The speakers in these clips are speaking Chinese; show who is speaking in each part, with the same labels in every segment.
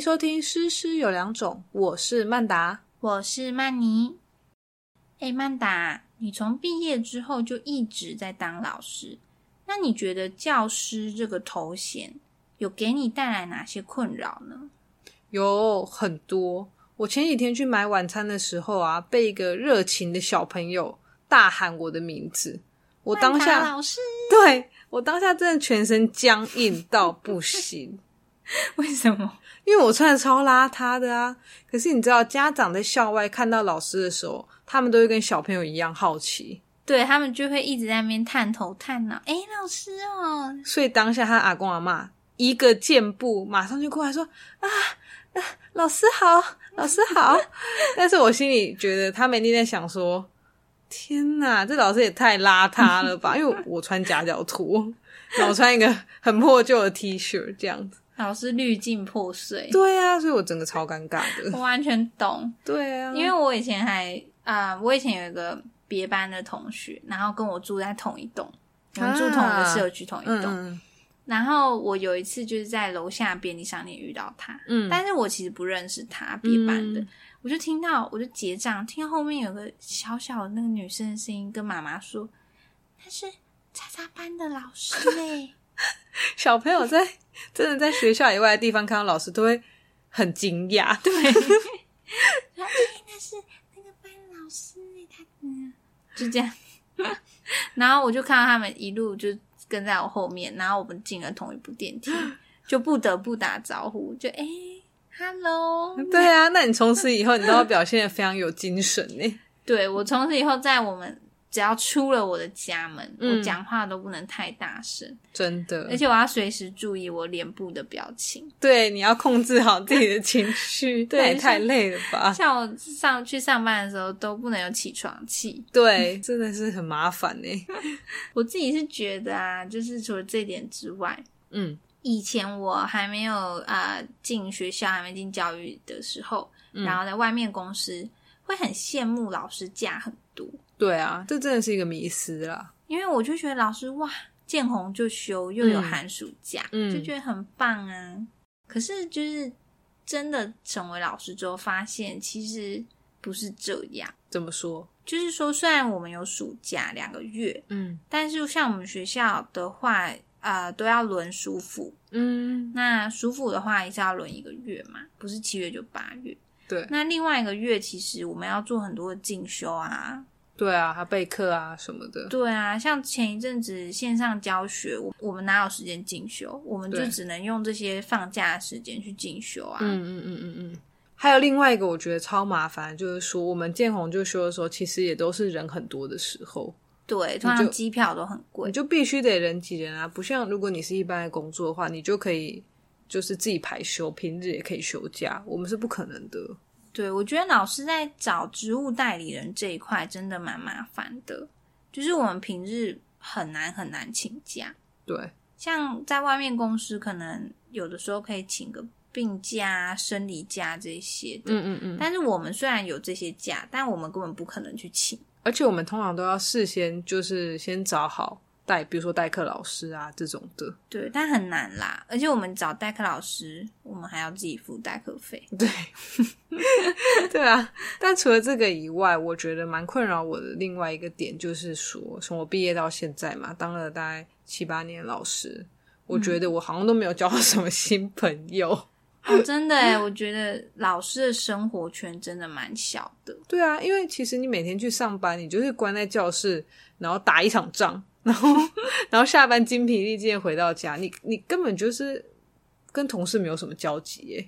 Speaker 1: 收听《诗诗有两种》，我是曼达。
Speaker 2: 我是曼妮。哎，曼达，你从毕业之后就一直在当老师，那你觉得教师这个头衔有给你带来哪些困扰呢？
Speaker 1: 有很多。我前几天去买晚餐的时候啊，被一个热情的小朋友大喊我的名字，我当
Speaker 2: 曼达
Speaker 1: 下
Speaker 2: 老师，
Speaker 1: 对我当下真的全身僵硬到不行，
Speaker 2: 为什么？
Speaker 1: 因为我穿的超邋遢的啊。可是你知道，家长在校外看到老师的时候，他们都会跟小朋友一样好奇，
Speaker 2: 对他们就会一直在那边探头探脑。哎，老师哦，
Speaker 1: 所以当下他阿公阿妈一个箭步，马上就过来说：“啊，啊老师好， 老师好。”但是我心里觉得他们一定在想说：“天哪，这老师也太邋遢了 吧！”因为我穿夹脚拖， 然后我穿一个很破旧的 T 恤这样子。
Speaker 2: 老师滤镜破碎，
Speaker 1: 对啊，所以我整个超尴尬的。
Speaker 2: 我完全懂。
Speaker 1: 对啊，
Speaker 2: 因为我以前还啊、我以前有一个别班的同学，然后跟我住在同一栋，我们住同一个社区，同一
Speaker 1: 嗯
Speaker 2: 栋。
Speaker 1: 嗯
Speaker 2: 然后我有一次就是在楼下便利商店遇到他，
Speaker 1: 嗯，
Speaker 2: 但是我其实不认识他，别班的。
Speaker 1: 嗯
Speaker 2: 我就听到，我就结账，听到后面有个小小的那个女生的声音跟妈妈说：“她是叉叉班的老师嘞、
Speaker 1: 小朋友在真的在学校以外的地方看到老师，都会很惊讶。 对，
Speaker 2: 然后哎，那是那个班老师哎，他嗯， 就这样。然后我就看到他们一路就跟在我后面，然后我们进了同一部电 梯，就不得不打招呼，就哎，hello。
Speaker 1: 对啊，那你从此以后，你都要表现的非常有精神欸呢。
Speaker 2: 对我从此以后，在我们只要出了我的家门，
Speaker 1: 嗯
Speaker 2: 我讲话都不能太大声，
Speaker 1: 真的，
Speaker 2: 而且我要随时注意我脸部的表情。
Speaker 1: 对你要控制好自己的情绪，
Speaker 2: 对
Speaker 1: 那也太累了吧？
Speaker 2: 像我上去上班的时候都不能有起床气，
Speaker 1: 对，真的是很麻烦欸呢。
Speaker 2: 我自己是觉得啊，就是除了这点之外，
Speaker 1: 嗯
Speaker 2: 以前我还没有啊进学校，还没进教育的时候，
Speaker 1: 嗯
Speaker 2: 然后在外面公司会很羡慕老师假很多，
Speaker 1: 对啊，这真的是一个迷思啦。
Speaker 2: 因为我就觉得老师哇见红就休，又有寒暑假，
Speaker 1: 嗯
Speaker 2: 就觉得很棒啊。可是就是真的成为老师之后，发现其实不是这样。
Speaker 1: 怎么说？
Speaker 2: 就是说，虽然我们有暑假两个月，
Speaker 1: 嗯
Speaker 2: 但是像我们学校的话，呃，都要轮舒服，
Speaker 1: 嗯，
Speaker 2: 那暑辅的话也是要轮一个月嘛，不是七月就八月。
Speaker 1: 对
Speaker 2: 那另外一个月，其实我们要做很多的进修啊，
Speaker 1: 对啊，还备课啊什么的。
Speaker 2: 对啊，像前一阵子线上教学，我我们哪有时间进修？我们就
Speaker 1: 对
Speaker 2: 只能用这些放假的时间去进修啊。
Speaker 1: 嗯嗯嗯嗯嗯。还有另外一个我觉得超麻烦，就是说我们见红就休的时候，其实也都是人很多的时候，
Speaker 2: 对，通
Speaker 1: 你
Speaker 2: 常
Speaker 1: 就
Speaker 2: 机票都很
Speaker 1: 你
Speaker 2: 贵。
Speaker 1: 就必须得人挤人啊。不像如果你是一般的工作的话，你就可以就是自己排休，平日也可以休假。我们是不可能的。
Speaker 2: 对，我觉得老师在找职务代理人这一块真的蛮麻烦的，就是我们平日很难很难请假。
Speaker 1: 对，
Speaker 2: 像在外面公司，可能有的时候可以请个病假啊、生理假这些的。
Speaker 1: 嗯嗯嗯。
Speaker 2: 但是我们虽然有这些假，但我们根本不可能去请。
Speaker 1: 而且我们通常都要事先就是先找好代，比如说代课老师啊这种的。
Speaker 2: 对，但很难啦。而且我们找代课老师，我们还要自己付代课费。
Speaker 1: 对， 对啊。但除了这个以外，我觉得蛮困扰我的另外一个点就是说，从我毕业到现在嘛，当了大概七八年老师，我觉得我好像都没有交到什么新朋友。
Speaker 2: 哦，真的哎，我觉得老师的生活圈真的蛮小的。
Speaker 1: 对啊，因为其实你每天去上班，你就是关在教室，然后打一场仗，然后 然后下班精疲力尽地回到家，你你根本就是跟同事没有什么交集耶。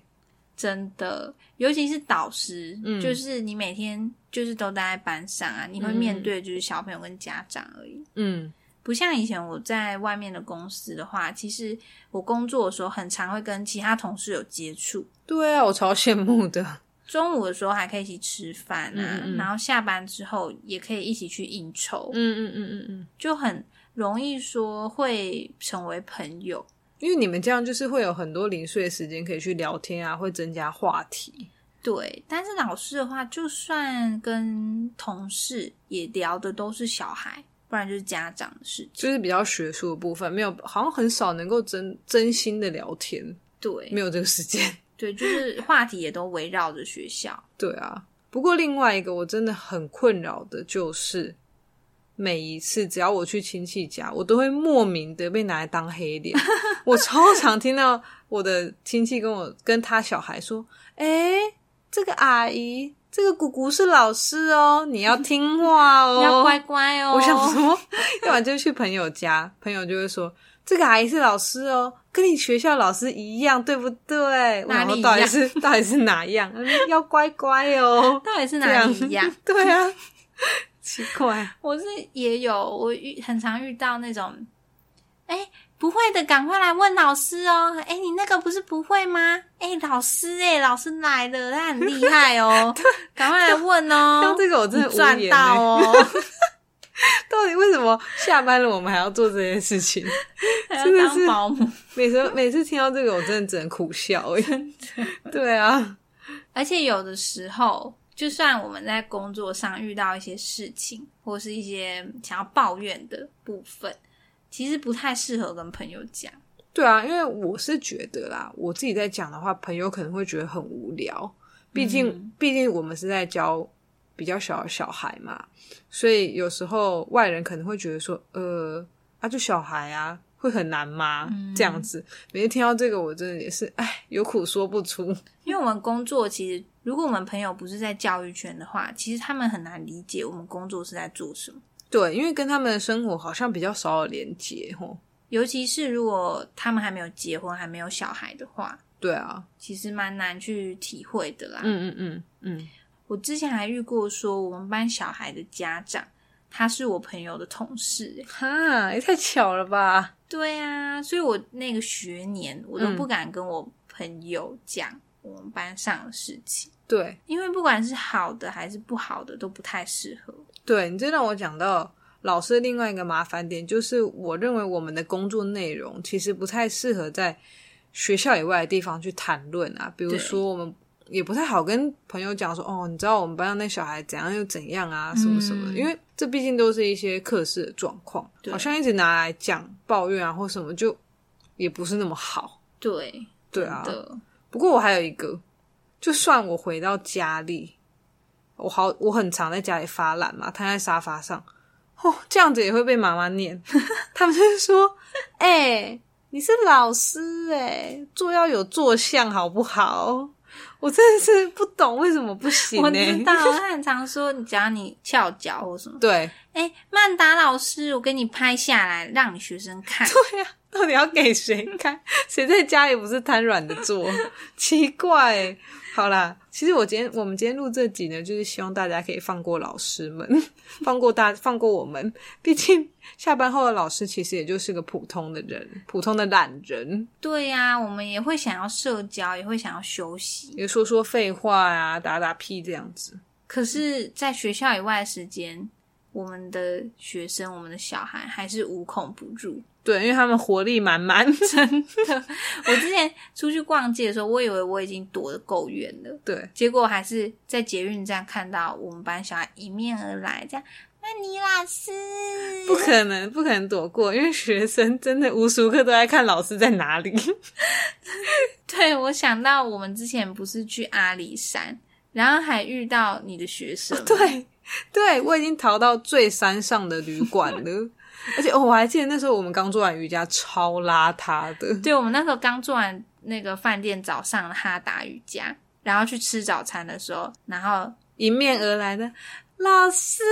Speaker 2: 真的，尤其是导师，
Speaker 1: 嗯
Speaker 2: 就是你每天就是都待在班上啊，你会
Speaker 1: 嗯
Speaker 2: 面对就是小朋友跟家长而已。
Speaker 1: 嗯
Speaker 2: 不像以前我在外面的公司的话，其实我工作的时候很常会跟其他同事有接触，，
Speaker 1: 对啊，我超羡慕的。
Speaker 2: 中午的时候还可以一起吃饭啊，
Speaker 1: 嗯嗯嗯
Speaker 2: 然后下班之后也可以一起去应酬，
Speaker 1: 嗯嗯嗯嗯嗯，
Speaker 2: 就很容易说会成为朋友。
Speaker 1: 因为你们这样就是会有很多零碎的时间可以去聊天啊，会增加话题。
Speaker 2: 对，但是老师的话，就算跟同事也聊的都是小孩，不然就是家长的事情。
Speaker 1: 就是比较学术的部分，没有好像很少能够真真心的聊天，
Speaker 2: 对，
Speaker 1: 没有这个时间。
Speaker 2: 对，就是话题也都围绕着学校。
Speaker 1: 对啊，不过另外一个我真的很困扰的就是，每一次只要我去亲戚家，我都会莫名的被拿来当黑 脸。我超常听到我的亲戚跟我跟他小孩说：“哎、这个阿姨，这个姑姑是老师哦，你要听话哦，
Speaker 2: 你要乖乖哦！
Speaker 1: 我想 说，要不然就去朋友家，朋友就会说这个阿姨是老师哦，跟你学校老师一样，对不对？我
Speaker 2: 哪
Speaker 1: 想
Speaker 2: 里
Speaker 1: 说
Speaker 2: 一
Speaker 1: 到底
Speaker 2: 样
Speaker 1: 是到底是哪样？哎要乖乖哦，
Speaker 2: 到底是
Speaker 1: 这
Speaker 2: 哪
Speaker 1: 样
Speaker 2: 里一样？？
Speaker 1: 对啊，奇怪，
Speaker 2: 我是也有，我遇很常遇到那种，哎、不会的，赶快来问老师哦。哎、你那个不是不会吗？哎、老师、哎，老师来了，他很厉害 哦，赶快来问哦
Speaker 1: 像。这个我真
Speaker 2: 你
Speaker 1: 的无
Speaker 2: 赚
Speaker 1: 言
Speaker 2: 到
Speaker 1: 欸。
Speaker 2: 哦，
Speaker 1: 到底为什么下班了我们还要做这些事情？
Speaker 2: 还要
Speaker 1: 真的是
Speaker 2: 当保姆。
Speaker 1: 每次每次听到这个，我真的只能苦 笑、欸。对啊，
Speaker 2: 而且有的时候，就算我们在工作上遇到一些事情，或是一些想要抱怨的部分，其实不太适合跟朋友讲。
Speaker 1: 对啊，因为我是觉得啦，我自己在讲的话，朋友可能会觉得很无聊。毕竟
Speaker 2: 嗯，
Speaker 1: 毕竟我们是在教比较小的小孩嘛，所以有时候外人可能会觉得说，呃，啊，就小孩啊，会很难吗？
Speaker 2: 嗯
Speaker 1: 这样子，每次听到这个，我真的也是，哎，有苦说不出。
Speaker 2: 因为我们工作其实，如果我们朋友不是在教育圈的话，其实他们很难理解我们工作是在做什么。
Speaker 1: 对，因为跟他们的生活好像比较少有连结，吼。
Speaker 2: 尤其是如果他们还没有结婚、还没有小孩的话，
Speaker 1: 对啊，
Speaker 2: 其实蛮难去体会的啦。
Speaker 1: 嗯嗯嗯嗯，
Speaker 2: 我之前还遇过说，我们班小孩的家长，他是我朋友的同事、欸
Speaker 1: 哈，也太巧了吧？
Speaker 2: 对啊，所以我那个学年，我都
Speaker 1: 嗯
Speaker 2: 不敢跟我朋友讲我们班上的事情，
Speaker 1: 对，
Speaker 2: 因为不管是好的还是不好的，都不太适合。
Speaker 1: 对你这让我讲到老师另外一个麻烦点，就是我认为我们的工作内容其实不太适合在学校以外的地方去谈论啊，比如
Speaker 2: 对
Speaker 1: 说我们也不太好跟朋友讲说，哦，你知道我们班上那小孩怎样又怎样啊，什么什么的，
Speaker 2: 嗯
Speaker 1: 因为这毕竟都是一些课室的状况，
Speaker 2: 对
Speaker 1: 好像一直拿来讲抱怨啊或什么，就也不是那么好。
Speaker 2: 对，
Speaker 1: 对啊，
Speaker 2: 真的，
Speaker 1: 不过我还有一个，就算我回到家里，我好我很常在家里发懒嘛，瘫在沙发上，哦，这样子也会被妈妈念。 他们就是说：“哎、你是老师哎、做要有做相好不好？”我真的是不懂为什么不行欸
Speaker 2: 我
Speaker 1: 呢、
Speaker 2: 知道，他很常说，你只要你翘脚或什么，
Speaker 1: 对
Speaker 2: 哎，曼达老师，我给你拍下来，让你学生看。
Speaker 1: 对呀、 到底要给谁 看？谁在家里不是瘫软的坐？ 奇怪欸、好啦，其实我今天我们今天录这集呢，就是希望大家可以放过老师 们，放过大放过我们。毕竟下班后的老师其实也就是个普通的人，普通的懒人，
Speaker 2: 对呀、我们也会想要社交，也会想要休息，
Speaker 1: 也说说废话呀、打打屁这样子。
Speaker 2: 可是，在学校以外的时间，我们的学生，我们的小孩还是无孔不入。
Speaker 1: 对，因为他们活力满 满。
Speaker 2: 我之前出去逛街的时候，我以为我已经躲得够远了，
Speaker 1: 对，
Speaker 2: 结果还是在捷运站看到我们班小孩迎面而来，这样。那你老师
Speaker 1: 不可能，不可能躲过，因为学生真的无时无刻都在看老师在哪里。
Speaker 2: 对我想到我们之前不是去阿里山，然后还遇到你的学生，，
Speaker 1: 对， 对我已经逃到最山上的旅馆了，而且、哦、我还记得那时候我们刚做完瑜伽，超邋遢的。
Speaker 2: 对我们那时候刚做完那个饭店早上的哈达瑜伽，然后去吃早餐的时候，然后
Speaker 1: 迎面而来的老师，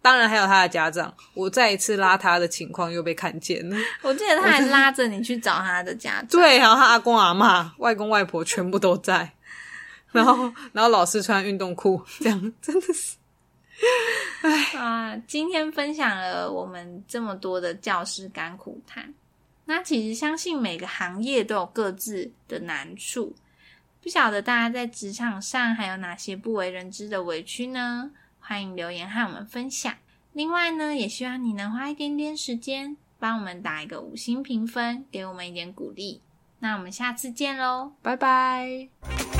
Speaker 1: 当然还有他的家长。我再一次邋遢的情况又被看见了。
Speaker 2: 我记得他还拉着你去找他的家长，
Speaker 1: 对，然后他阿公阿妈、外公外婆全部都在，然后然后老师穿运动裤，这样真的是
Speaker 2: 啊，今天分享了我们这么多的教师甘苦谈。那其实相信每个行业都有各自的难处，不晓得大家在职场上还有哪些不为人知的委屈呢？欢迎留言和我们分享。另外呢，也希望你能花一点点时间帮我们打一个五星评分，给我们一点鼓励。那我们下次见喽！
Speaker 1: 拜拜。